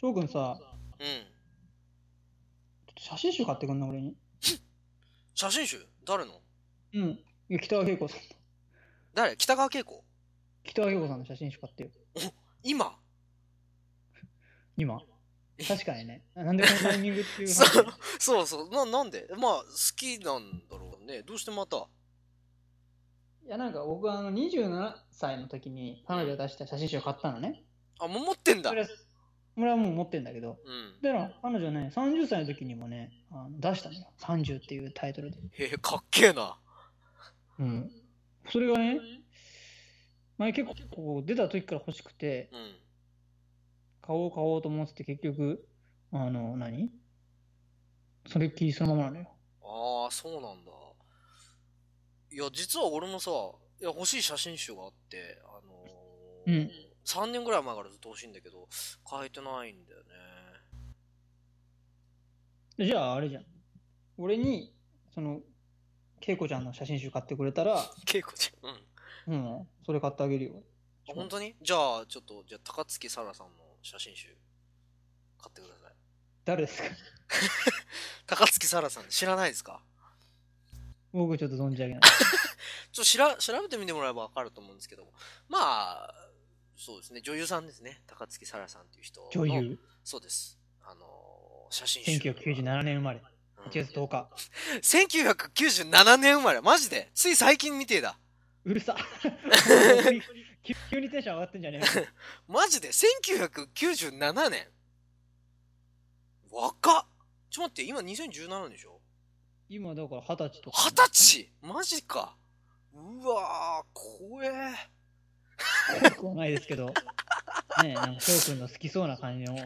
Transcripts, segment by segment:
翔くんさ、うん。写真集買ってくんな、俺に。写真集誰のうん。いや北川景子さん。誰北川景子北川景子さんの写真集買ってよ。今今。確かにね。なんでこのタイミングっていう話そうそうそうな。なんでまあ、好きなんだろうね。どうしてまたいや、なんか僕はあの27歳の時に彼女が出した写真集を買ったのね。あ、もう持ってんだ。それは俺はもう持ってんだけど。うん。だから彼女ね、30歳の時にもね、あの出したのよ。30っていうタイトルで。へえ、かっけえな。うん。それがね、前結構こう出た時から欲しくて、うん。買おう買おうと思ってて結局、あの、何それっきりそのままなのよ。ああ、そうなんだ。いや、実は俺もさ、いや、欲しい写真集があって、あのーうん3年ぐらい前からずっと欲しいんだけど、買えてないんだよね。じゃああれじゃん。俺に、その、恵子ちゃんの写真集買ってくれたら、稽古ちゃん。うん。うん、それ買ってあげるよ。あ本当にじゃあ、ちょっと、じゃあ、高槻沙羅さんの写真集、買ってください。誰ですか高槻沙羅さん、知らないですか僕ちょっと存じ上げない。ちょっとしら調べてみてもらえばわかると思うんですけども、まあ、そうですね、女優さんですね、高槻沙羅さんっていう人の。女優、そうです。あのー写真集。 1997年生まれ、うん8月10日。 1997年生まれ、マジでつい最近みてえだ。うる さ急急にテンション上がってんじゃねえよ。マジで ?1997 年若っちょ待って、今2017でしょ今だから二十歳とか。二十歳マジかうわー、怖え。怖くはないですけど。ねえ、なんか翔くんの好きそうな感じの、ね。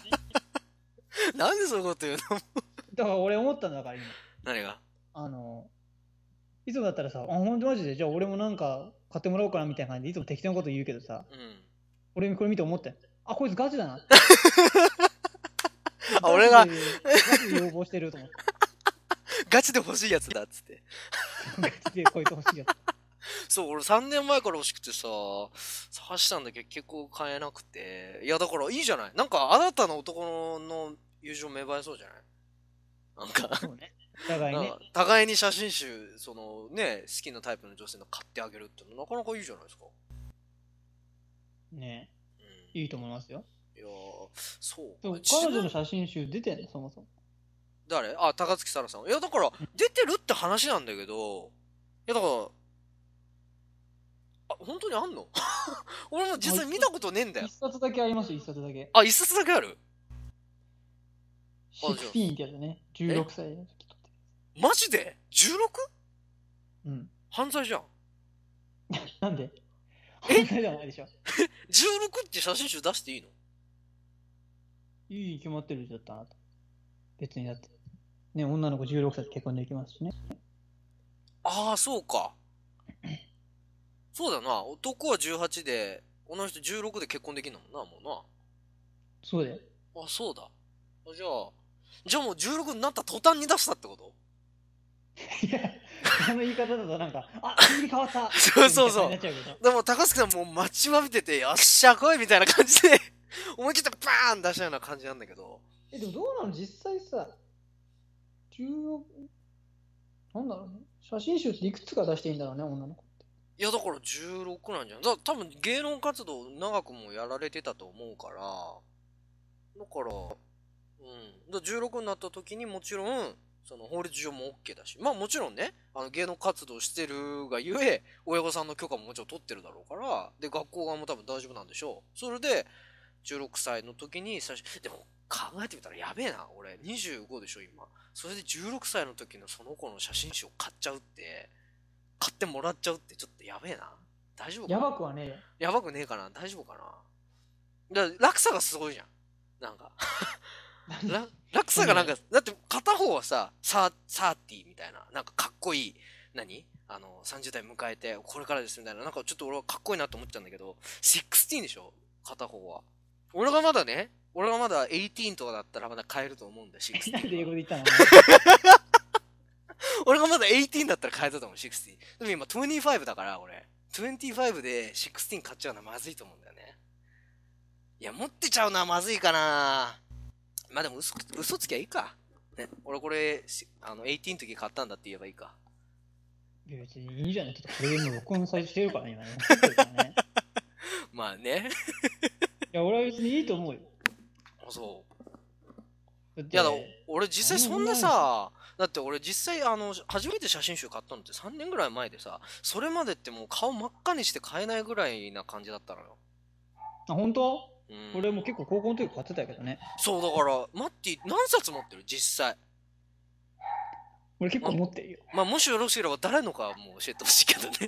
なんでそういうこと言うのだから俺思ったんだから今。何があの、いつもだったらさ、あ、ほんとマジで、じゃあ俺もなんか買ってもらおうかなみたいな感じで、いつも適当なこと言うけどさ、うん。俺これ見て思ったよ。あ、こいつガチだなって。あ 俺がガチで要望してると思って。 ガチで欲しいやつだっつって。ガチでこいつ欲しいやつ。そう、俺3年前から欲しくてさ、探したんだけど結構買えなくて。いや、だからいいじゃないなんか、新たな男の友情芽生えそうじゃないなんか、そうね。お互いなんねか。互いに写真集、そのね、好きなタイプの女性の買ってあげるってのなかなかいいじゃないですか。ねうん、いいいと思いますよ。やーそうでもか。彼女のちな写真集出てんの、そもそも。誰あ、高槻沙羅さん。いや、だから、出てるって話なんだけど、いや、だから、あ、本当にあんの 俺も実際見たことねえんだよ一。冊だけありますよ、一冊だけ。あ、一冊だけあるシックスティーンってやつね。16歳の時とって。マジで ?16? うん。犯罪じゃん。なんで犯罪ではないでしょ。 16って写真集出していいのいいに決まってるじゃんだったあなた。別にだって。ね、女の子16歳で結婚できますしね。ああ、そうか。そうだな。男は18で、女の人16で結婚できるんだもんな、もそうだよ。うな。あ、そうだ。あじゃあ、じゃあもう16になった途端に出したってこと いや、あの言い方だとなん か、あ、急に変わったそうそうそうみたいになっちゃうでも高槻さんもう待ちわびてて、よっしゃ来いみたいな感じで、 思い切ってバーン出したような感じなんだけど。けどえ、でもどうなの実際さ、16、なんだろうね。写真集っていくつか出していいんだろうね、女の子。いやだから16なんじゃんだ多分芸能活動長くもやられてたと思うからだからうんだから16になった時にもちろんその法律上も OK だしまあもちろんねあの芸能活動してるがゆえ親御さんの許可ももちろん取ってるだろうからで学校側も多分大丈夫なんでしょうそれで16歳の時に最初でも考えてみたらやべえな俺25でしょ今それで16歳の時のその子の写真集を買っちゃうって買ってもらっちゃうってちょっとやべえな大丈夫かなやばくはねえよ。やばくねえかな大丈夫かなだから落差がすごいじゃんなんから落差がなんかだって片方はさサーサーティーみたいななんかかっこいい何あの30代迎えてこれからですみたいななんかちょっと俺はかっこいいなと思っちゃうんだけど16でしょ片方は俺がまだね俺がまだ18とかだったらまだ買えると思うんだよなんで英語で言16はったの 俺がまだ18だったら買えたと思う16でも今25だから俺25で16買っちゃうのはまずいと思うんだよねいや、持ってちゃうのはまずいかな。まあでも嘘、嘘つきゃいいか。ね、俺これ、しあの、18の時買ったんだって言えばいいか。いや別にいいじゃない。ちょっとこれでも録音されてるからね、 今ね。撮ってるからねまあね。いや、俺は別にいいと思うよ。あそう。だっていやだ、俺実際そんなさ、だって俺実際あの、初めて写真集買ったのって3年ぐらい前でさ、それまでってもう顔真っ赤にして買えないぐらいな感じだったのよ。あ、本当うん、俺も結構高校の時買ってたけどね。そうだから、マッティ何冊持ってる実際。俺結構持ってる よ。まあもしよろしければ誰のかはもう教えてほしいけど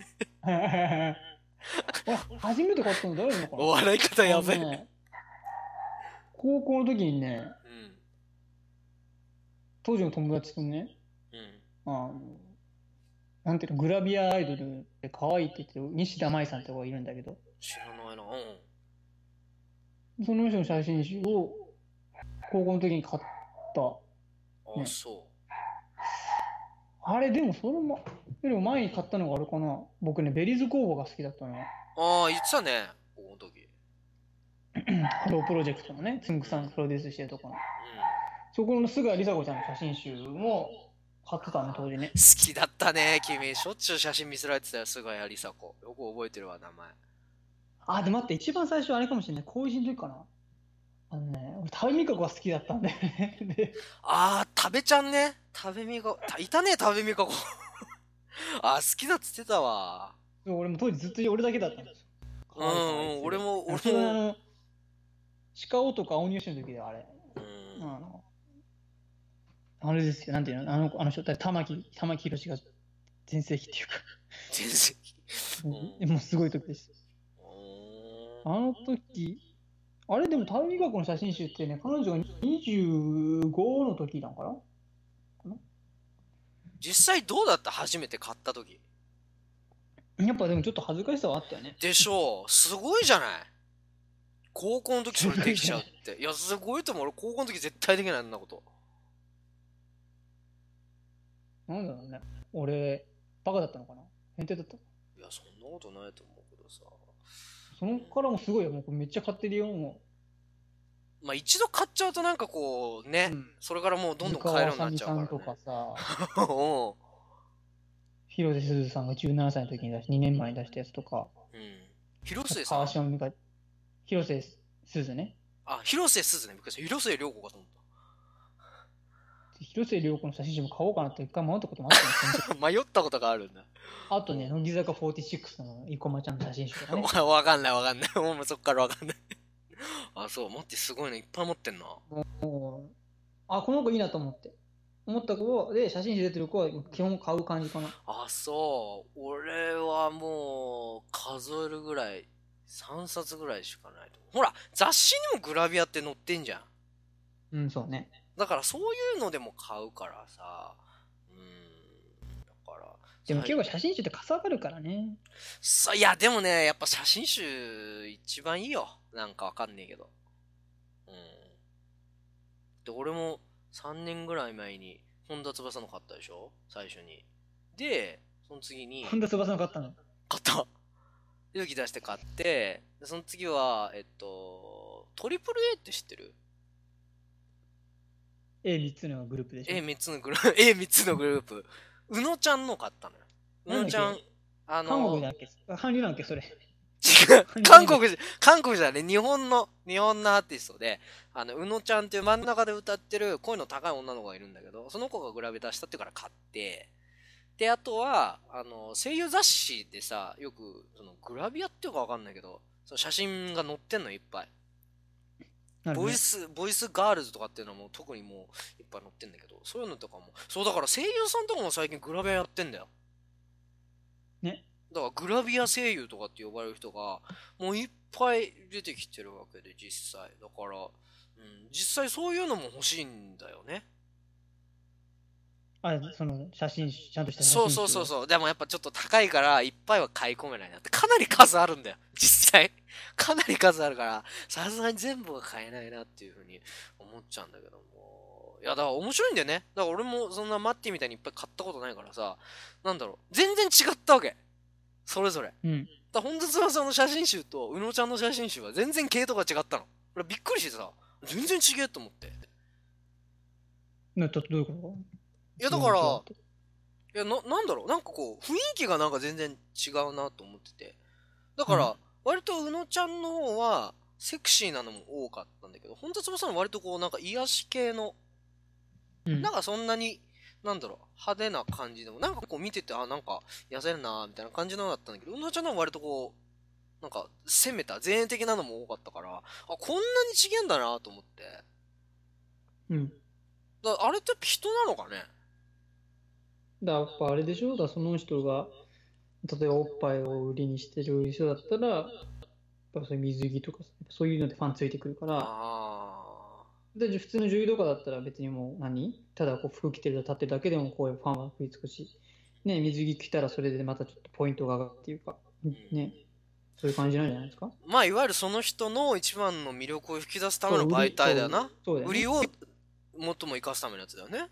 ね。俺初めて買ったの誰なのかなお笑い方 やべえ。あのね高校の時にね、うん。当時の友達とね、うん。あのなんていうの、グラビアアイドルで可愛いって言ってる西田舞さんって子がいるんだけど、知らないな。うん。その人の写真集を高校の時に買った。あ、ねそあれ、でもそれも、でも前に買ったのがあれかな。僕ね、ベリーズ工房が好きだったのよ。う。ああ、言ってたね。ここの時。ハロープロジェクトのね、つんくさんがプロデュースしてるとこの。そこの菅梨紗子ちゃんの写真集も買ってたね、当時ね好。きだったね、君。しょっちゅう写真見せられてたよ、菅谷梨紗子。よく覚えてるわ、名前。あ、でも待って、一番最初あれかもしれない。高一の時かな。あのね、俺、食べみかこが好きだったんだよね。で、 あー、食べちゃんね。食べみか、たいたね、食べみかこ。 あー、好きだっつってたわ。俺も当時ずっと俺だけだったんですよ。うんうん、俺も、俺俺も。も。鹿尾とか青入手の時だよ、あれ。うんあ。の、あれですよ、なんていうの、あのあの人、玉木、玉木宏が全盛期っていうか、全然。うんもうすごい時です。うーあんの時、あれでも、タミガコの写真集ってね、彼女が25の時なんかな実際どうだった初めて買った時。やっぱでもちょっと恥ずかしさはあったよね。でしょう。すごいじゃない。高校の時それできちゃうって。いや、すごいと思う。俺高校の時絶対できない、あんなこと。なんだろうね。俺、バカだったのかな変態だったいや、そんなことないと思うけどさ。そのからもすごいよ。もうこれめっちゃ買ってるよ、もまあ一度買っちゃうとなんかこう、う。ね、うんそれからもうどんどん買えるようになっちゃう湯川あさみからね。さんとかさ、 うん広瀬すずさんが17歳の時に出し、2年前に出したやつとか、うん。広末さ川ん島美香、広瀬すずね。あ、広瀬すずね。びっくりした。広末涼子かと思っ広末涼子の写真集も買おうかなって一回迷ったこともあったんです よ。た。迷ったことがあるんだ。あとね、乃木坂46の生駒ちゃんの写真集と かね。わかんないわかんない。 もうそっからわかんない。あ、そう。待って、すごいね。いっぱい持ってんな。もう、あ、この子いいなと思って。思った子を、で、写真集出てる子は基本買う感じかな。あ、そう。俺はもう、数えるぐらい、3冊ぐらいしかないと思う。ほら、雑誌にもグラビアって載ってんじゃん。うん、そうね。だからそういうのでも買うからさ。うん。だから。でもさ結構写真集ってかさばるからね。さいや、でもね、やっぱ写真集一番いいよ。なんかわかんねえけど。うん。で、俺も3年ぐらい前に、本田翼の買ったでしょ最初に。で、その次に、本田翼の買ったの。買った。勇気出して買って、でその次は、えっと、トリプル A って知ってる A3 つのグループでしょ。 ?A3 つのグループ、A3 つのグループ。うのちゃんの買ったのよ。うのちゃなんんだっ、あの、韓国だっけ韓流なんだっけそれ。違う韓国韓国じゃ、韓国じゃね、日本の、日本のアーティストで、あの、うのちゃんっていう真ん中で歌ってる声の高い女の子がいるんだけど、その子がグラビタしたってから買って、で、あとは、あの、声優雑誌でさ、よく、その、グラビアっていうかわかんないけど、その写真が載ってんのいっぱい。なるほどボイねス、ボイスガールズとかっていうのも特にもういっぱい載ってんだけど、そういうのとかも、そうだから声優さんとかも最近グラビアやってんだよ。ね。だからグラビア声優とかって呼ばれる人が、もういっぱい出てきてるわけで、実際。だから、うん、実際そういうのも欲しいんだよね。あ、その写真集、ちゃんとした写真そう集。そうそうそう。でもやっぱちょっと高いから、いっぱいは買い込めないなって。かなり数あるんだよ。 実際。かなり数あるから、さすがに全部は買えないなっていうふうに思っちゃうんだけども。いや、だから面白いんだよね。だから俺もそんなマッティみたいにいっぱい買ったことないからさ、なんだろう。全然違ったわけ。それぞれ。う。うん。だから本田翼の写真集と、宇野ちゃんの写真集は全然系統が違ったの。俺びっくりしてさ全然違えと思っていね、だってどういうことやだから、うんいやななんだろうなんかこう雰囲気がなんか全然違うなと思っててだから、う割と宇野ちゃんの方はセクシーなのも多かったんだけど本田翼さんは割とこうなんか癒し系のうんなんかそんなになんだろう派手な感じでもなんかこう見ててあなんか痩せるなーみたいな感じのだったんだけど宇野ちゃんの方は割とこうなんか攻めた前衛的なのも多かったからあこんなに違えんだなと思ってうん。だあれってやっぱ人なのかねだからやっぱあれでしょだからその人が、例えばおっぱいを売りにしてる人だったら、やっぱそういう水着とか、やっぱそういうのでファンついてくるから、あで普通の女優とかだったら別にもう何ただこう服着てる立ってるだけでもこういうファンは食いつくし、ね、水着着たらそれでまたちょっとポイントが上がるっていうか、ーね、そういう感じなんじゃないですかまあいわゆるその人の一番の魅力を引き出すための媒体だよな。そうだよ売ねりを最も生かすためのやつだよね。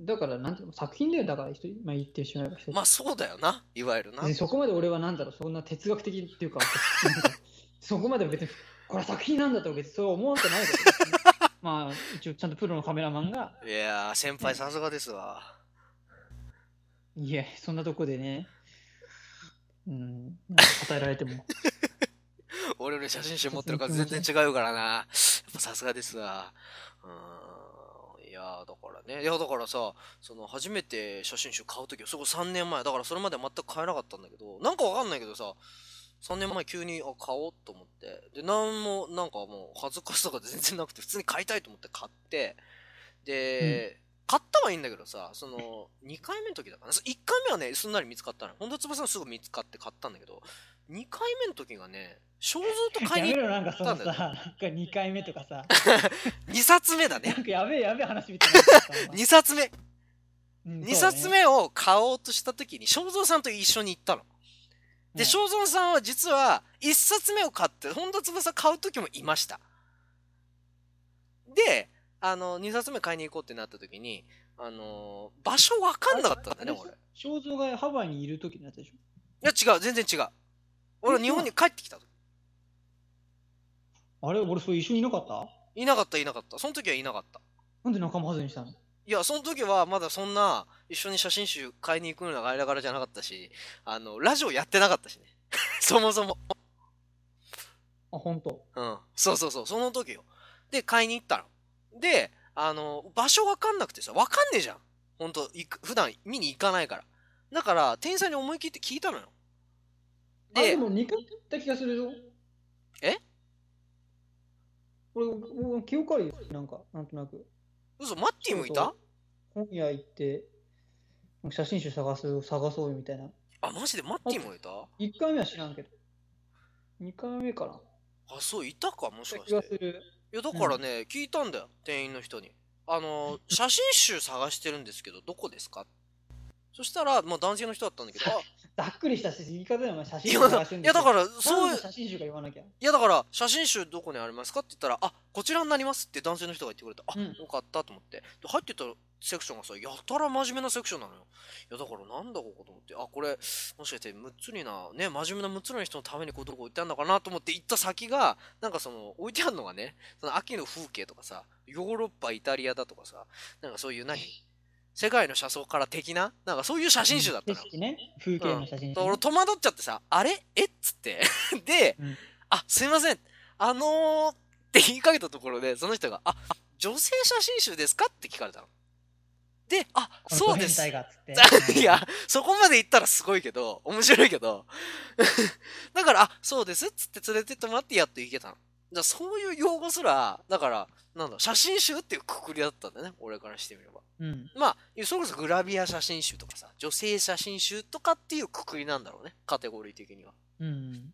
だから、なんていうの、作品だよ、だから人、まあ、言ってしまえば人まあそうだよな。いわゆるな。別にそこまで俺はなんだろう、そんな哲学的っていう か、なんかそこまで別に、これは作品なんだと別にそう思わなくないけど、 まあ、一応ちゃんとプロのカメラマンが、いやー、先輩さすがですわ。いや、そんなとこでね、うん、なんか与えられても、俺より写真集持ってるから全然違うからな。やっぱさすがですわ。うーん。いやー、だからね。いや、だからさ、その初めて写真集買うときは、そこ3年前。だからそれまで全く買えなかったんだけど、なんかわかんないけどさ、3年前急に、あ、買おうと思って。で、なんも、なんかもう恥ずかしさが全然なくて、普通に買いたいと思って買って、で、買ったはいいんだけどさ、その、2回目の時だからな、1回目はね、すんなり見つかったの。本田翼のすぐ見つかって買ったんだけど、2回目の時がね、肖像と買 いやにめ行ろ、っなんかその行さ、ったなんんだか2回目とかさ、 2冊目なだ ね。んかやべえやべえ話みたいになってたお前2冊目。うん2冊目を買おうとした時に、正蔵さんと一緒に行ったの。で、そうね正蔵さんは実は、1冊目を買って、本田翼買う時もいました。で、あの、2冊目買いに行こうってなった時に、あの、場所わかんなかったんだね、俺。い肖像がハワイにいる時のやつでしょ。や、違う、全然違う。俺、日本に帰ってきた時。あれ、俺、それ一緒にいなかったいなかった、いなかった。その時はいなかった。なんで仲間外れにしたのいや、その時はまだそんな、一緒に写真集買いに行くような間柄じゃなかったし、あの、ラジオやってなかったしね。 そもそも。あ、本当。うん。そうそうそう、その時よ。で、買いに行ったの。で、あの、場所わかんなくてさ、わかんねえじゃん。ほんと、行く普段見に行かないから。だから、店員さんに思い切って聞いたのよ。あ、でで、も2回行った気がするぞ。え俺、俺記憶あるよ。なんか、なんとなく。嘘、マッティもいた本屋行って、写真集探す、探そうよみたいな。あ、マジでマッティもいた1回目は知らんけど。2回目かな。あ、そう、いたか、もし行ったかし気がてす。る。いやだからね、聞いたんだよ店員の人にあのー写真集探してるんですけどどこですかそしたら、まあ、男性の人だったんだけどあざっくりしたし、 言い方でお前写い真集や探していん、やだかららそそうういうい写真集か言わなきゃ。やだから写真集どこにありますかって言ったらあこちらになりますって男性の人が言ってくれたあ、うんよかったと思ってで入ってったセクションがさやたら真面目なセクションなのよいやだからなんだここと思ってあこれもしかしてむっつりなね真面目なむっつりな人のためにこういうとこ置いてあるのかなと思って行った先がなんかその置いてあるのがねその秋の風景とかさヨーロッパイタリアだとかさなんかそういう何世界の車窓から的ななんかそういう写真集だった景のよ色ね。風景の写真集。俺戸惑っちゃってさ「あれえっ?」つって で「うんあすいませんあのー」って言いかけたところでその人が「あ女性写真集ですか?」って聞かれたの。で「あこのそうです」変態がっつって いやそこまで言ったらすごいけど 面白いけどだから「あそうです」っつって連れてってもらってやっと行けたの。だからそういう用語すらだからなんだ写真集っていうくくりだったんだね俺からしてみれば。うん。まあ、それこそグラビア写真集とかさ、女性写真集とかっていうくくりなんだろうね、カテゴリー的には。うん。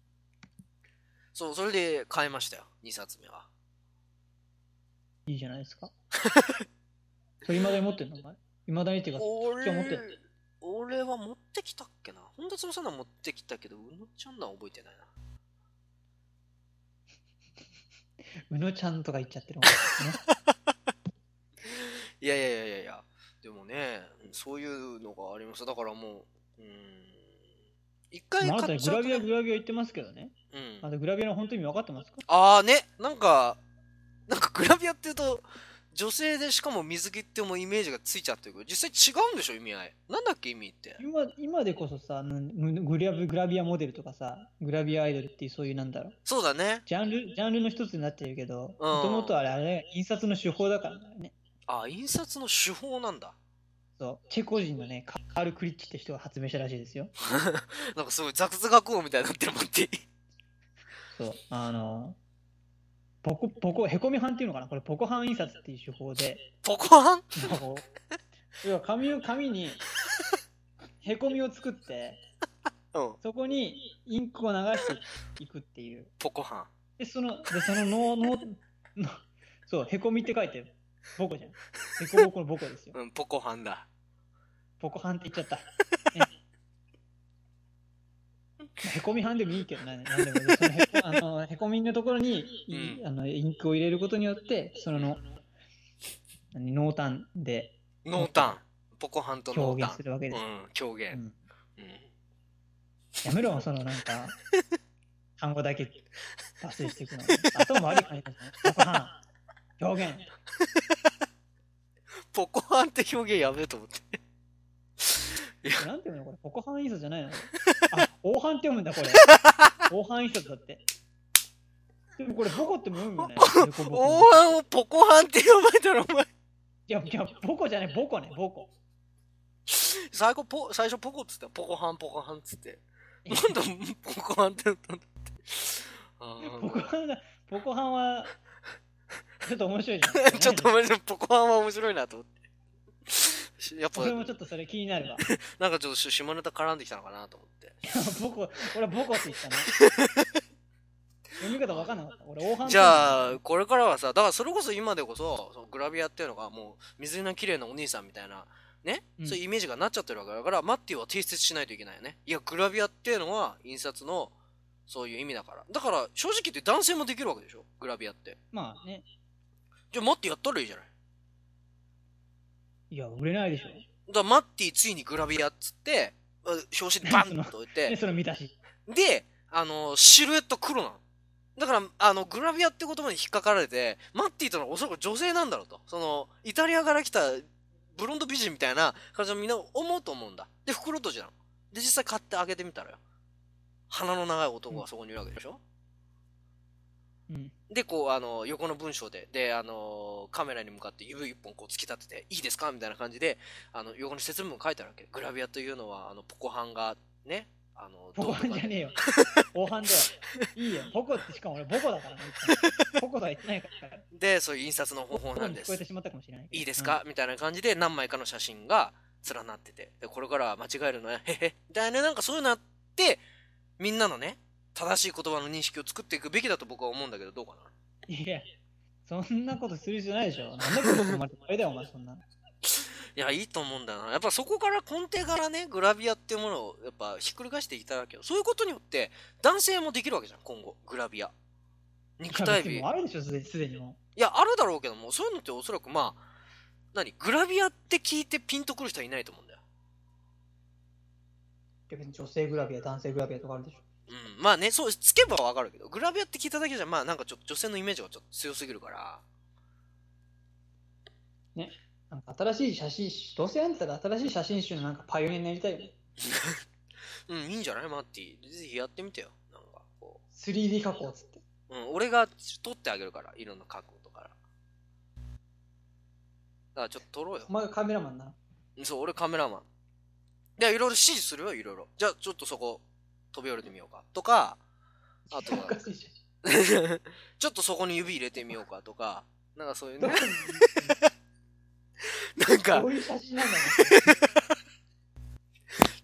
そう、それで買いましたよ、2冊目は。いいじゃないですか。それ未だに持ってんのお前。未だにっていうか、俺今日持ってる俺は持ってきたっけな。本田翼のは持ってきたけど、うのちゃんのは覚えてないな。うのちゃんとか言っちゃって るもんね。いやいやいやいやいや、でもね、そういうのがあります。だからもう、うーん、一回まああなた買っグちゃラうとビアね、グラビア言ってますけどね。うんあなたグラビアの本当に意味分かってますかああね、なんか、なんかグラビアっていうと、女性でしかも水着ってもうイメージがついちゃってるけど、実際違うんでしょ、意味合い。なんだっけ、意味って。今今でこそさなんグラビ、グラビアモデルとかさ、グラビアアイドルっていうそういうなんだろう。そうだね。ジャンル、ジャンルの一つになってるけど、うんもともとあれ、あれ、印刷の手法だからね。あ、印刷の手法なんだ。そう、チェコ人のね、カール・クリッチって人が発明したらしいですよ。なんかすごい雑学王みたいになってるもんって。そう、あの、ポコ、ポコ、へこみ版っていうのかなこれ、ポコ版印刷っていう手法で、ポコハンこう要は紙を、紙に、へこみを作って、うん、そこにインクを流していくっていう。ポコハン。で、その、で、そのの、の、の、そう、へこみって書いて、ボコじゃん。へこぼこのボコですよ。うん、ポコハンだ。ボコハンって言っちゃった。ねへこみハンでもいいけどね、なんでもいいそのへこあのへこみのところに、いうんあのインクを入れることによって、その、何濃淡で濃淡。ポコハンと濃表現淡す。るわけうです。ん、狂う言。ん、うんやめろ、そのなん か、単語だけ抜粋していくの。頭悪い感じですね。ボコハン、表現。ポコハンって表現やべえと思って。えなんて読むのこれ、ポコハン印刷じゃない のあ、オーハンって読むんだ、これ。オーハン印刷だって。でもこれ、ボコっても読むよね。横ボコ大ハンをポコハンって呼ばれたらお前。いや、いや、ボコじゃない、ボコね、ボコ。最後ポ、最初ポコっつってた。ポコハン、ポコハンっつって。なんだ、ポコハンって言ったんだって。あボコーハンだ、ボコハンは、ちょっと面白いじゃん。 ちょっと面白い、ポコハンは面白いなと思って。やっぱ、俺もなちょっとそれ気にな るわ。んかちょっと下ネタ絡んできたのかなと思って。ボコ、俺ボコって言ったね。読み方わかんなかった。俺、オーハンじゃあ、これからはさ、だからそれこそ今でこそ、そのグラビアっていうのがもう、水着の綺麗なお兄さんみたいな、ね、うんそういうイメージがなっちゃってるわけだから、マッティは提出しないといけないよね。いや、グラビアっていうのは、印刷の、そういう意味だから。だから、正直言って男性もできるわけでしょグラビアって。まあね、じゃあ、マッティやったらいいじゃない。いや、売れないでしょ。だからマッティついにグラビアっつって、あ表紙にバンと置いで、 て、その見出し。で、あの、シルエット黒なの。だから、あの、グラビアって言葉に引っかかられて、マッティというのはおそらく女性なんだろうと。その、イタリアから来たブロンド美人みたいな感じのみんな思うと思うんだ。で、袋閉じなの。で、実際買ってあげてみたらよ。鼻の長い男がそこにいるわけでしょ、うん。で、こう、あの、横の文章で、で、あの、カメラに向かって指一本こう突き立てて、いいですかみたいな感じで、あの、横の説明文書いてあるわけ。グラビアというのは、あの、ポコハンが、ね、あの、ボコハンどうとじかゃねえよ。オーハンだよ。いいよ、ボコってしかも俺、ボコだからね。ボコとは言ってないから。で、そういう印刷の方ボ法なコんにで聞こえすて。しまったかもしれないけど。いいですか、みたいな感じで何枚かの写真が連なってて、でこれからは間違えるのは、へへ、だよね、なんかそういうのあって、みんなのね、正しい言葉の認識を作っていくべきだと僕は思うんだけど、どうかな。うんいや、そんなことする必要ないでしょ。なんだことお前、あれだよ、お 前、そんな。いや、いいと思うんだよな。やっぱそこから根底からね、グラビアっていうものをやっぱひっくり返していただけよ。そういうことによって、男性もできるわけじゃん、今後、グラビア。肉体い美。や別にもうあるでしょ、すでにすでにもいや、あるだろうけども、そういうのっておそらくまあ、何、グラビアって聞いてピンとくる人はいないと思うんだよ。う。別に女性グラビア、男性グラビアとかあるでしょ。うん、まあね、そう、つけばわかるけど、グラビアって聞いただけじゃ、まあなんかちょっと女性のイメージがちょっと強すぎるから。なんか新しい写真集、どうせあんたら新しい写真集のなんかパイオニアになりたいよね。うん、いいんじゃないマッティ。ぜひやってみてよ。なんか、こ 3D 加工っつって。う。うん、俺が撮ってあげるから、いろんな角度から。だからちょっと撮ろうよお。前がカメラマンなの。うんそう、俺カメラマン。で、いろいろ指示するよ、いろいろ。じゃあ、ちょっとそこ、飛び降りてみようか。とか、 あとおかは、しいじゃ。ちょっとそこに指入れてみようかとか、 なんかそういうんねどう。なんかこ、ういう写真なんだね。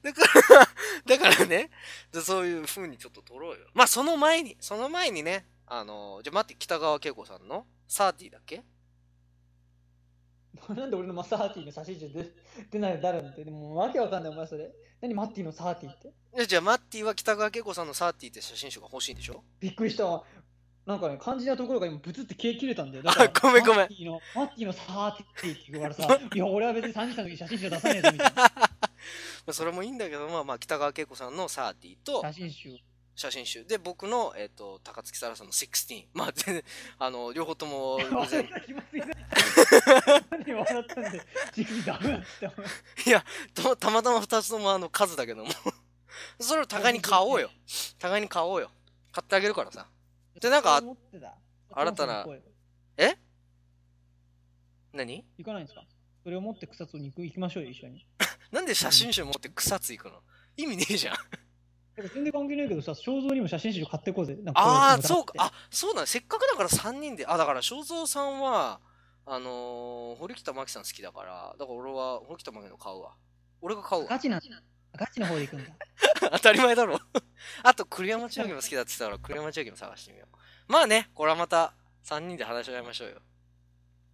だ から、だからね、じゃあそういう風にちょっと撮ろうよ。まあ、その前に、その前にね、あの、じゃあ待って、北川景子さんの、サーティだっけなんで俺のマサーティの写真集出出ないで 誰なんて。でもわけわかんない、お前それ。何マッティのサーティって。でじゃあ、マッティは北川景子さんのサーティって写真集が欲しいんでしょびっくりした。なんかね、肝心なところが今ブツって消え切れたんだよ。だあ ごめんごめんマッティのマッティのサーティって言うからさ、いや、俺は別に30歳の時写真集出さねえぞみたいな。 まあそれもいいんだけど、まあまあ、北川景子さんのサーティと写真集。写真集。で、僕の、えっ、と、高槻沙羅さんの16。まあ、全然、あの、両方 とも偶忘れ然、た気まずいな。 何笑ったんで、時期ダメだって思う。たたまたま2つともあの数だけども。 それを互いに買おうよ。互いに買おうよ。買ってあげるからさ。でなんかそう思ってた新たなそもそも声何行かないんですかそれを持って草津に行く行きましょうよ、一緒に。なんで写真集持って草津行くの意味ねえじゃん。 なんか全然関係ないけどさ、肖像にも写真集買ってこうぜ。なんかああ、これそうか。あ、そうなんせっかくだから3人で。あ、だから、正蔵さんは、あのー、堀北真希さん好きだから、だから俺は堀北真希の買うわ。俺が買うわ。ガチな、ガチな方で行くんだ。 当たり前だろ。あと、栗山千明も好きだって言ってたから、栗山千明も探してみよう。まあね、これはまた3人で話し合いましょうよ。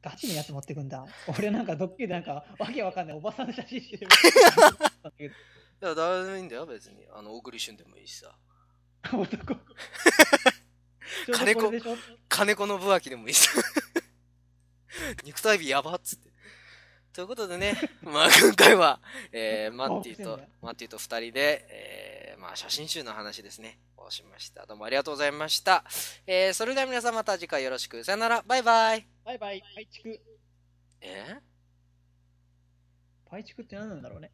ガチのやつ持ってくんだ。俺なんかドッキリでなんか、わけわかんないおばさんの写真集。だから誰でもいいんだよ、別に。あの、小栗旬でもいいしさ。 男。金子ちょうどこれでしょ金子のぶあきでもいいしさ。 肉体美やばっつって。ということでね、 まあ今回は、えー、マッティと、マッティと二人で、えー、まあ写真集の話ですね、をしました。どうもありがとうございました。えー、それでは皆さんまた次回よろしく。さよなら、バイバイ。バイバイ、パイチク。えーパイチクって何なんだろうね。